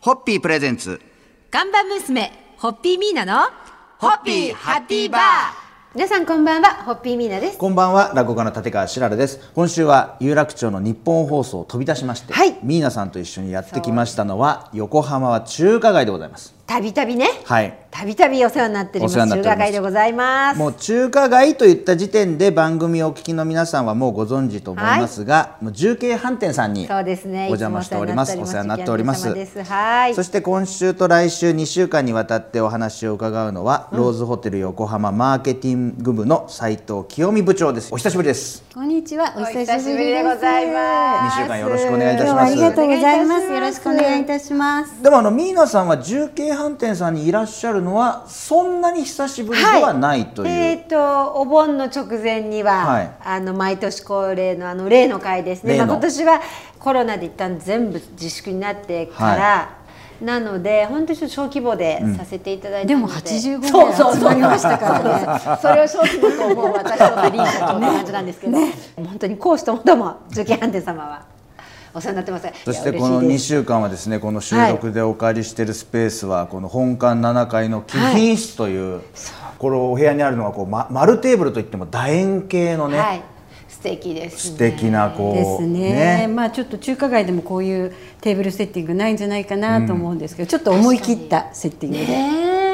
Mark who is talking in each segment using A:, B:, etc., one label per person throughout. A: ホッピープレゼンツ。
B: 看板娘、ホッピーミーナの、
A: ホッピーハッピーバー
B: 皆さんこんばんは、ホッピーミーナです。
C: こんばんは、落語家の立川しらるです。今週は有楽町の日本放送を飛び出しまして、
B: はい
C: ミーナさんと一緒にやってきましたのは、横浜は中華街でございます。
B: たびたびね、
C: はい。
B: たびたびお世話になっております。
C: お世話になっ
B: 中
C: てお
B: 華
C: ります
B: 街でございます。
C: もう中華街といった時点で番組をお聞きの皆さんはもうご存知と思いますが、もう重慶飯店さんにお
B: そうですね。
C: 邪魔しております。
B: いつも
C: お世話になっております。
B: お世話になっておりますはい。
C: そして今週と来週2週間にわたってお話を伺うのは、ローズホテル横浜マーケティング部の斉藤清美部長です。お久しぶりです。
D: こんにちは、お久
B: お久
D: し
B: し
D: ぶ
B: ぶ
D: り
B: り
D: で。
B: ですございます。
C: 二週間よろしくお願いいたし
D: 今日は
C: ま
D: あ
C: す
D: りがとうございます。
B: お
D: よ
B: 願い
D: ろ
B: いたします
D: しくお願いいたします。
C: でもあのミーナさんは重慶飯店さんにいらっしゃるのはそんなに久しぶりではないという、
B: えっ、とお盆の直前には、
C: はい
B: あの毎年恒例のあの例の会ですね。
C: 例
B: ま
C: の
B: あ今年はコロナで一旦全部自粛になってから。なので本当にちょっと小規模でさせていただいて、
D: でも85名集まりましたからね。
B: それを小規模と思う私とリーダーとって感じなんですけど、本当に講師ともども重慶飯店様はお世話になってます
C: そして
B: いや
C: この
B: 嬉
C: 2
B: しい
C: 週間はですねこの収録でお借りしているスペースはこの本館7階の貴賓室という、このお部屋にあるのはこう、ま、丸テーブルといっても楕円形の
B: です
C: ね、
B: はい素敵です、
C: 素
B: ね、
C: 敵な
D: で
C: こ
D: す
C: う
D: ねまあちょっと中華街でもこういうテーブルセッティングないんじゃないかなと思うんですけど、ちょっと思い切ったセッティングで、
B: ねえ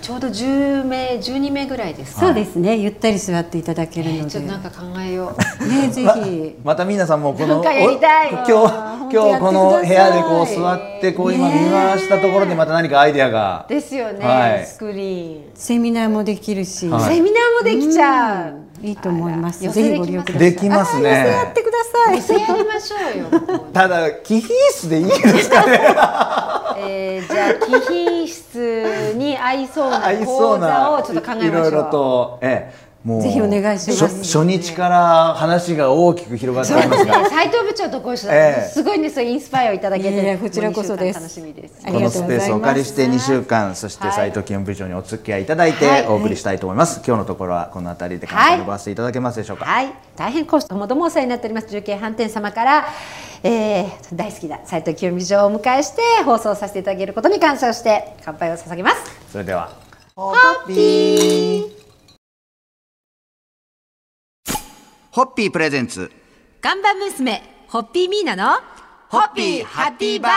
B: ちょうど10名12名ぐらいですか
D: そうですねゆったり座っていただけるの
B: ち
D: で、
B: ょっとなんか考えよ
D: ねぜ
C: ま
D: ひ。
C: また皆さんもこの
B: なんかやりたい
C: お今
B: わ
D: あ
C: 日今日この部屋でこう座ってこう今見回したところでまた何かアイデアが
B: う。ですよね、
C: はい
B: スクリーン。
D: セミナーもできるし、
C: はい
B: セミナーもできちゃう。
D: いいと思います。
B: あら
D: ぜひご利用ください。
C: できますね
D: あー寄せやってください。
B: 寄せやりましょうよ。 もう
C: ただ貴賓室でいいです かね
B: えー、じゃあ貴賓室に合いそうな
C: 合いそ
B: 講
C: うな
B: 座をちょっと考えましょう。
C: いろいろと、ええもう
D: ぜひお願いします
C: 初初日から話が大きく広がっておりますが
B: 斉藤部長とご一緒だった
C: ええ
B: すごいんですよインスパイアをいただけて、
D: いやいやこちらこそです
B: もう二週間楽しみです
D: あ
C: こ
D: り
C: の
D: がとう
C: ス
D: ご
C: ペ
D: ざ
C: ー
D: います
C: スをお借りして2週間そして
B: はい
C: 斉藤健部長にお付き合いいただいてお送りしたいと思います、今日のところはこの辺りで乾杯
B: はい
C: のごわせていただけますでしょうか、
B: はい大変講師ともどもお世話になっております重慶飯店様から、えー、大好きな斉藤清美嬢をお迎えして放送させていただけることに感謝をして乾杯を捧げます
C: それでは
A: ホッピーホッピープレゼンツ。
B: 看板娘ホッピーミーナの
A: ホッピーハッピーバー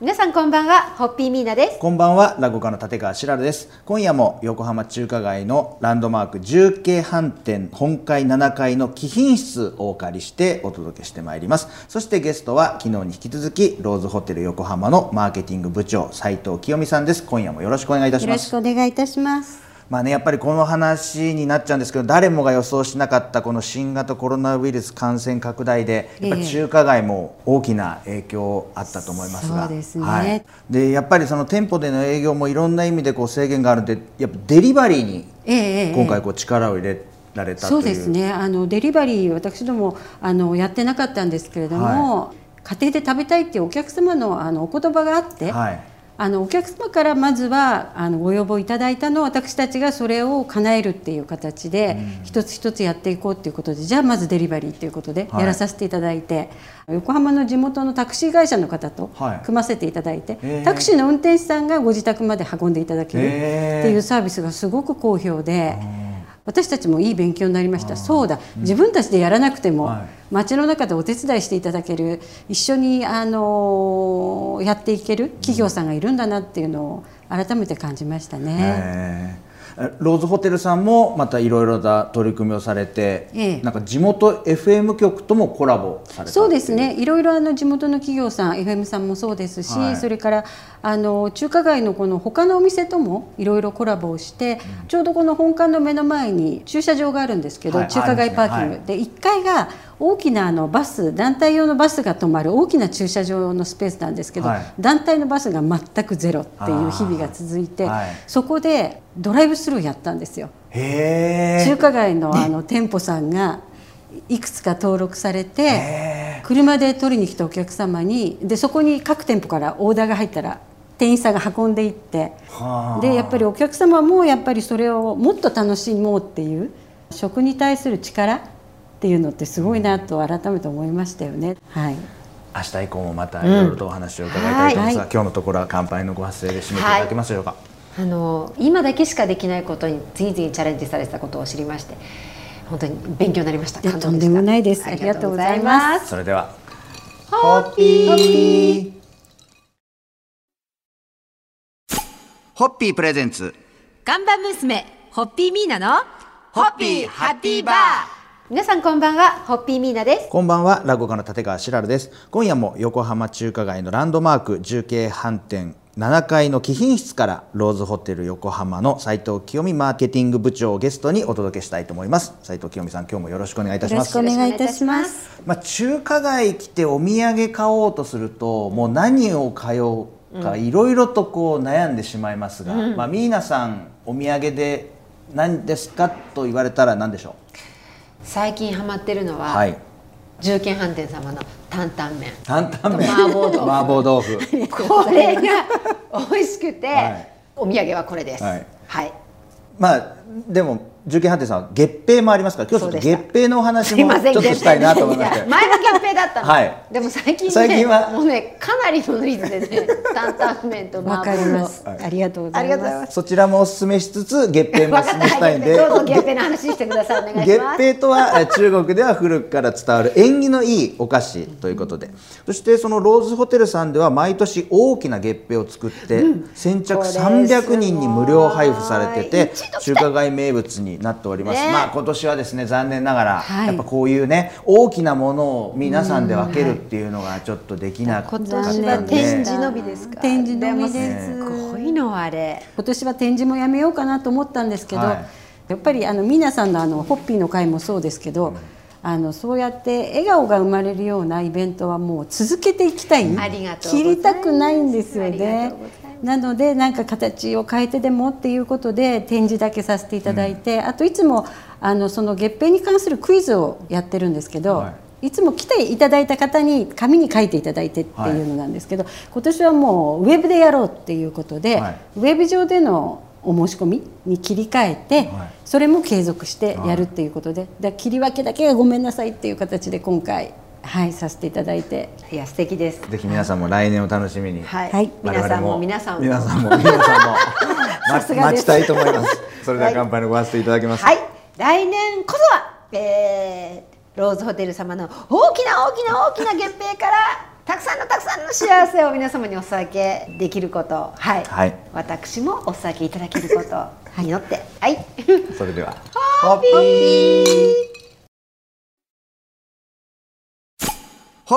B: 皆さんこんばんはホッピーミーナです
C: こんばんは落語家の立川しらるです今夜も横浜中華街のランドマーク重慶飯店本館7階の貴賓室をお借りしてお届けしてまいりますそしてゲストは昨日に引き続きローズホテル横浜のマーケティング部長斉藤清美さんです今夜もよろしくお願いいたし
D: よ
C: ま
D: ろ
C: す
D: しくお願いいたします。
C: まあね、やっぱりこの話になっちゃうんですけど誰もが予想しなかったこの新型コロナウイルス感染拡大でやっぱり中華街も大きな影響あったと思いますが、
D: そうですね
C: はい、でやっぱりその店舗での営業もいろんな意味でこう制限があるんでやっぱデリバリーに
D: ええええ
C: 今回こう力を入れられたとい
D: そううですねあのデリバリー私どもあのやってなかったんですけれども、家庭で食べたいっていうお客様のあのお言葉があって、
C: はい
D: あのお客様からまずはあのご要望いただいたのを私たちがそれを叶えるっていう形で、一つ一つやっていこうっていうことでじゃあまずデリバリーっていうことで
C: はい
D: やらさせていただいて、横浜の地元のタクシー会社の方と
C: はい
D: 組ませていただいて、
C: へー
D: タクシーの運転手さんがご自宅まで運んでいただけるっ
C: へー
D: ていうサービスがすごく好評で。私たちもいい勉強になりましたそうだ、自分たちでやらなくても、
C: はい
D: 街の中でお手伝いしていただける一緒に、あのやっていける企業さんがいるんだなっていうのを改めて感じましたね。
C: ええローズホテルさんもまたいろいろな取り組みをされて、
D: ええ
C: なんか地元 FM 局ともコラボされたってい
D: そうですねいろいろあの地元の企業さん FM さんもそうですし、
C: はい
D: それからあの中華街のこの他のお店ともいろいろコラボをして、ちょうどこの本館の目の前に駐車場があるんですけど、
C: はい
D: 中華街パーキング、
C: あり
D: で1階が大きなあのバス団体用のバスが止まる大きな駐車場のスペースなんですけど、
C: はい
D: 団体のバスが全くゼロっていう日々が続いて、
C: あーはい
D: そこでドライブスルーやったんですよ。
C: へえ
D: 中華街のあの店舗さんがいくつか登録されて車で取りに来たお客様にでそこに各店舗からオーダーが入ったら店員さんが運んでいって
C: はあ
D: でやっぱりお客様もやっぱりそれをもっと楽しもうっていう食に対する力っていうのってすごいなと改めて思いましたよね。はい
C: 明日以降もまたいろいろとお話を伺いたいと思いますが、
D: はい
C: 今日のところは乾杯のご発声で締めていただけますでしょうか、
B: あの今だけしかできないことに次々チャレンジされてたことを知りまして本当に勉強になりました
D: いや
B: 感動した
D: とんでもないですありがとうございます
C: それでは
B: ホッピー
A: ホッピープレゼンツ
B: 看板娘ホッピーミーナの
A: ホッピーハッピーバー
B: 皆さんこんばんはホッピーミーナです
C: こんばんは、落語家の立川しらるです。今夜も横浜中華街のランドマーク重慶飯店7階の貴賓室からローズホテル横浜の斉藤清美マーケティング部長をゲストにお届けしたいと思います。斉藤清美さん、今日もよろしくお願いいたし
D: よろ
C: ま
D: し
C: す
D: くお。願いいたします
C: まあ、中華街来てお土産買おうとするともう何を買おうかいろいろとこう悩んでしまいますが、まあ、ミーナさんお土産で何ですかと言われたら何でしょ
B: 最近ハマってるの
C: う
B: は、
C: はい
B: 重慶飯店様の担々麺
C: 担々麺
B: 麻婆豆腐
C: 麻婆豆腐
B: これが美味しくて、
C: はい
B: お土産はこれです
C: はい
B: はい、
C: まあでも重慶飯店さんは月餅もありますから今日ちょっと
B: そうで
C: 月
B: した
C: 餅のお話
B: すい
C: も
B: ま
C: ち
B: せ
C: ょ
B: ん
C: っとしたいなと思いま
B: 月
C: し
B: 餅
C: て
B: 前の月餅だったの、
C: はい
B: でも最近ね
C: 最近は
B: もうねかなりの率 でね担々麺と麻
D: わ
B: 婆
D: かり
B: 豆
D: ま
B: 腐
D: す、ありがとうござ
B: あ
D: い
B: り
D: ま
B: がとう
D: す
B: ございます
C: そちらもお勧めしつつ月餅もお
B: 分
C: 勧
B: か
C: め
B: っ
C: したた
B: はいい
C: ん
B: ど
C: で
B: うぞ月餅の話してくださいお願いし
C: 月
B: ます
C: 餅とはえー中国では古くから伝わる縁起のいいお菓子ということで、そしてそのローズホテルさんでは毎年大きな月餅を作って、先着
B: これ
C: 300人に無料配布されてて
B: すごい一度来た
C: 中華街名物になっております、
B: ね
C: まあ今年はですね残念ながら、
D: はい
C: やっぱこういうね大きなものを皆さんで分けるっていうのがちょっとできなかった
B: 今
C: んで、
B: 年は展示のみですか
D: 展示のみです
B: もすごいのあれ
D: 今年は展示もやめようかなと思ったんですけど、
C: はい
D: やっぱりあの皆さんのあのホッピーの会もそうですけど、あのそうやって笑顔が生まれるようなイベントはもう続けていきたい
B: ありがとうござ
D: 切
B: います
D: りたくないんですよ
B: ありが
D: ね
B: とうござい
D: なのでなんか形を変えてでもっていうことで展示だけさせていただいて、あといつもあのその月餅に関するクイズをやってるんですけど、、
C: はい
D: つも来ていただいた方に紙に書いていただいてっていうのなんですけど、今年はもうウェブでやろうっていうことで、
C: はい
D: ウェブ上でのお申し込みに切り替えて、
C: はい
D: それも継続してやるっていうことで、だから切り分けだけはごめんなさいっていう形で今回、はい、させていただいて、
B: いや素敵です
C: ぜひ皆さんも来年を楽しみに、
B: はい、
D: はい
C: 我
B: 皆さ
C: 々
B: んも皆さんも
C: 皆さんも皆さんも
B: さすが
C: 待
B: で
C: ち
B: す
C: たいと思いますそれでは乾杯のご発声いただきます、
B: はい、来年こそは、えーローズホテル様の大きな大きな大きな月餅から たくさんのたくさんの幸せを皆様にお裾分けできること、はい、
C: はい
B: 私もお裾分けいただけること を祈って、はい、
C: それでは
A: ホッピーホ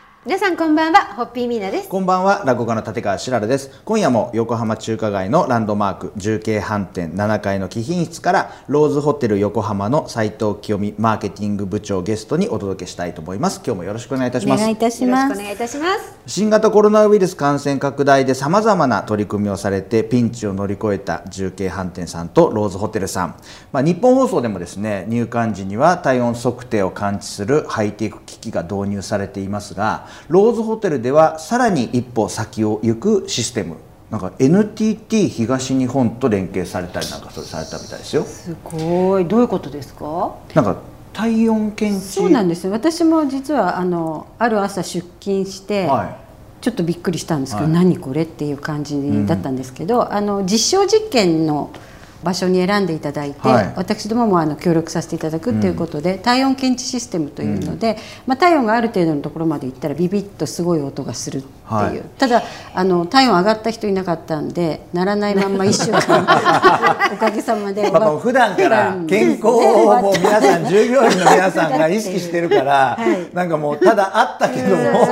B: 皆さんこんばんはホッピーミーナです。
C: こんばんは落語家の立川しらるです今夜も横浜中華街のランドマーク重慶飯店7階の貴賓室からローズホテル横浜の斉藤清美マーケティング部長をゲストにお届けしたいと思います今日もよろしくお願いいたし
D: お
C: ます
D: 願いいたしま
B: よろ
D: す
B: しくお。願いいたします。
C: 新型コロナウイルス感染拡大でさまざまな取り組みをされてピンチを乗り越えた重慶飯店さんとローズホテルさん、まあ、日本放送でもですね入館時には体温測定を感知するハイテク機器が導入されていますがローズホテルではさらに一歩先を行くシステムなんか NTT 東日本と連携されたりなんかそれされたみたいですよ
B: すごいどういうことですか？
C: なんか体温検知
D: そうなんですよ私も実はあのある朝出勤して、
C: は
D: ちょっとびっくりしたんですけど、
C: はい
D: 何これっていう感じだったんですけど、あの実証実験の場所に選んでいただいて、
C: はい
D: 私どももあの協力させていただくということで、体温検知システムというので、まあ、体温がある程度のところまでいったらビビッとすごい音がするっていう、
C: はい
D: ただあの体温上がった人いなかったんでならないまんま1週 間おかげさまで。
C: まあ、もう普段から健康をもう皆さん従業員の皆さんが意識してるから、なんかもうただあったけ ども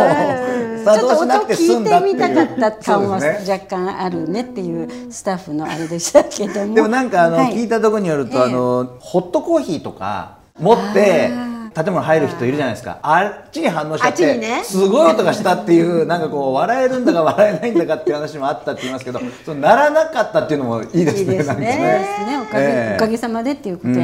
C: 作
D: ちょ
C: 動し
D: っと音
C: な
D: を
C: くて済んだっ
D: 聞
C: て
D: い
C: い
D: てみたかった
C: う
D: 感は
C: そうですね
D: 若干あるねっていうスタッフのあれでしたけども。
C: でもなんかあの、
D: はい
C: 聞いたところによると、
D: ええ
C: あのホットコーヒーとか持って建物入る人いるじゃないですかあっちに反応しちゃっ、
B: あってちにね
C: すごい音がしたっていうなんかこう笑えるんだか笑えないんだかっていう話もあったって言いますけどそのならなかったっていうのもいいですね
B: いいで
C: なんか
B: すね
D: そうですねおかげ、
C: ええ
D: おかげさまでっていうことですよ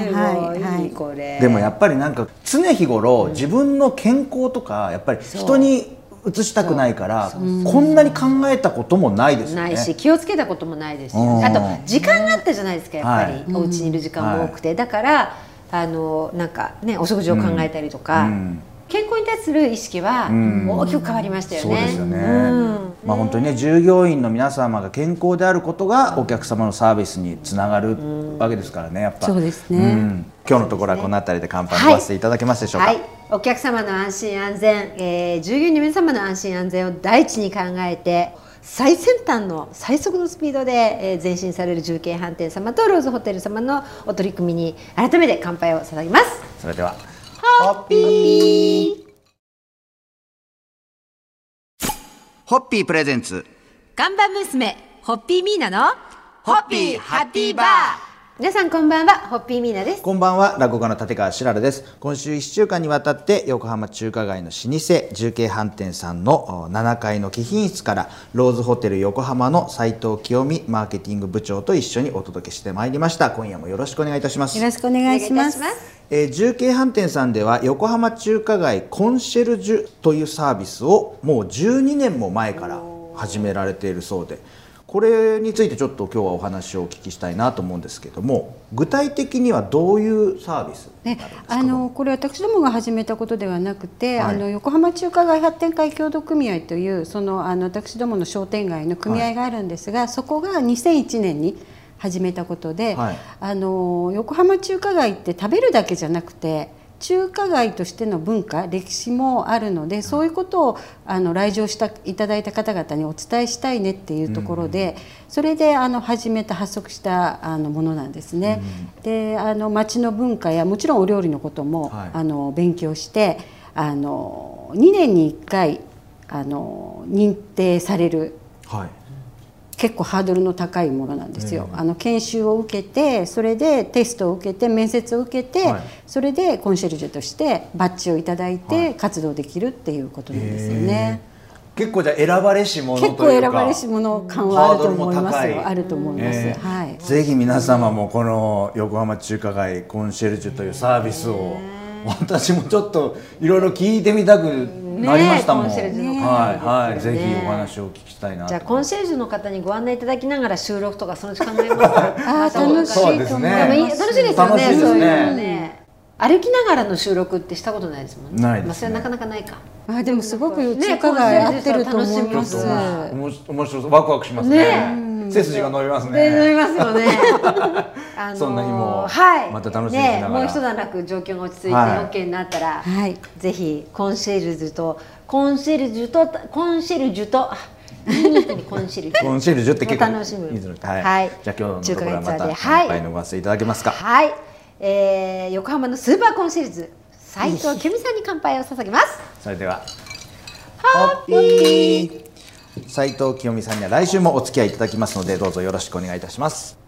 B: えー、すごい、
D: はい、
B: これ。
C: でもやっぱりなんか常日頃自分の健康とかやっぱり人に移したくないからこんなに考えたこともないですよ
B: ないし
C: ね。
B: 気をつけたこともないですし、
C: うん
B: あと時間があったじゃないですかやっぱり、
C: はい
B: お家にいる時間も多くて、だからあのなんかねお食事を考えたりと
C: う
B: か、
C: んうん
B: 健康に対する意識は
C: ん
B: 大きく変わりましたよね。
C: そうですよね、
B: うん
C: まあ、本当にね従業員の皆様が健康であることがお客様のサービスにつながるわけですからねやっぱ
D: そうですね
C: ん今日のところはこの辺りで乾杯とさせていただけますでしょうか、
B: はい、お客様の安心安全、えー従業員の皆様の安心安全を第一に考えて最先端の最速のスピードで、えー前進される重慶飯店様とローズホテル様のお取り組みに改めて乾杯を捧げます。
C: それでは
A: ホッピーホッピープレゼンツ
B: 看板娘ホッピーミーナの
A: ホッピーハッピーバー
B: 皆さんこんばんはホッピーミーナです
C: こんばんは、落語家の立川しらるです。今週1週間にわたって、横浜中華街の老舗、重慶飯店さんのお7階の貴賓室から、ローズホテル横浜の斉藤清美マーケティング部長と一緒にお届けしてまいりました。今夜もよろしくお願いいたします。
D: よろしくお願いします
B: お願いいたします
C: えー、重慶飯店さんでは横浜中華街コンシェルジュというサービスをもう12年も前から始められているそうでこれについてちょっと今日はお話をお聞きしたいなと思うんですけども具体的にはどういうサービスに
D: ね
C: なるんです、か
D: あのこれ私どもが始めたことではなくて、
C: はい
D: あの横浜中華街発展会協同組合というそのあの私どもの商店街の組合があるんですが、そこが2001年に始めたことで、
C: はい
D: あの横浜中華街って食べるだけじゃなくて中華街としての文化歴史もあるのでそういうことをあの来場したいただいた方々にお伝えしたいねっていうところで、それであの始めた発足したあのものなんですね。であの町の文化やもちろんお料理のことも、
C: はい
D: あの勉強してあの2年に1回あの認定される
C: はい
D: 結構ハードルの高いものなんですよ。あの研修を受けてそれでテストを受けて面接を受けて、
C: はい
D: それでコンシェルジュとしてバッジをいただい
C: は
D: て活動できるっていうことなんですよね。
C: 結構じゃあ選ばれし者という
D: 結
C: か
D: 構選ばれし者感はあると思いま
C: ハード
D: す
C: ルも高
D: よ。
C: い
D: あると思います。
C: えー
D: はい。
C: ぜひ皆様もこの横浜中華街コンシェルジュというサービスを私もちょっといろいろ聞いてみたくなりましたもん、
B: ねえコンシェルジュの方
C: はいは
B: で
C: い
B: すよ
C: ぜ
B: ね
C: ひお話を聞きたいなと
B: じゃあコンシェルジュの方にご案内いただきながら収録とかそのうち考えます
D: あ
B: あ
D: ー楽しいと思
C: そ
D: い
C: うで
D: ますす。
C: ね
B: でもいい楽しいですよ
C: 楽
B: ね
C: しいですね
B: そういうのね歩きなががらの収録ってしたことないですもんね
C: ないですね
B: まあ、それはなかなかないか
D: あでもすごく
B: ね
D: 中華街合ってると
B: コ
D: 思いま
B: ンシェルジュ
D: す。
B: さん楽
C: おもし面白そうワクワクしますね
B: ね
C: 背筋が伸びます
B: で飲み
C: ね
B: ます よね。あのー
C: そんな日も
B: はい。
C: また楽しみにしながら
B: ねもう一段落状況が落ち着いて
C: はい
B: OK になったら、
D: はい
B: ぜひコンシェルジュとコンシェルジュとコンシェルジュとあ言いにくいねコンシェルジュ。
C: コンシェルジュって結構
B: お楽しみ
C: 水野さんはい、
B: はい
C: じゃあ今日のところはま
B: 中華
C: た
B: 街ツアーではい
C: 乾杯のご発声いただけますか、
B: はい、えー。横浜のスーパーコンシェルジュ斉藤久美さんに乾杯を捧げます。
C: それではハッピー斉藤清美さんには来週もお付き合いいただきますのでどうぞよろしくお願いいたします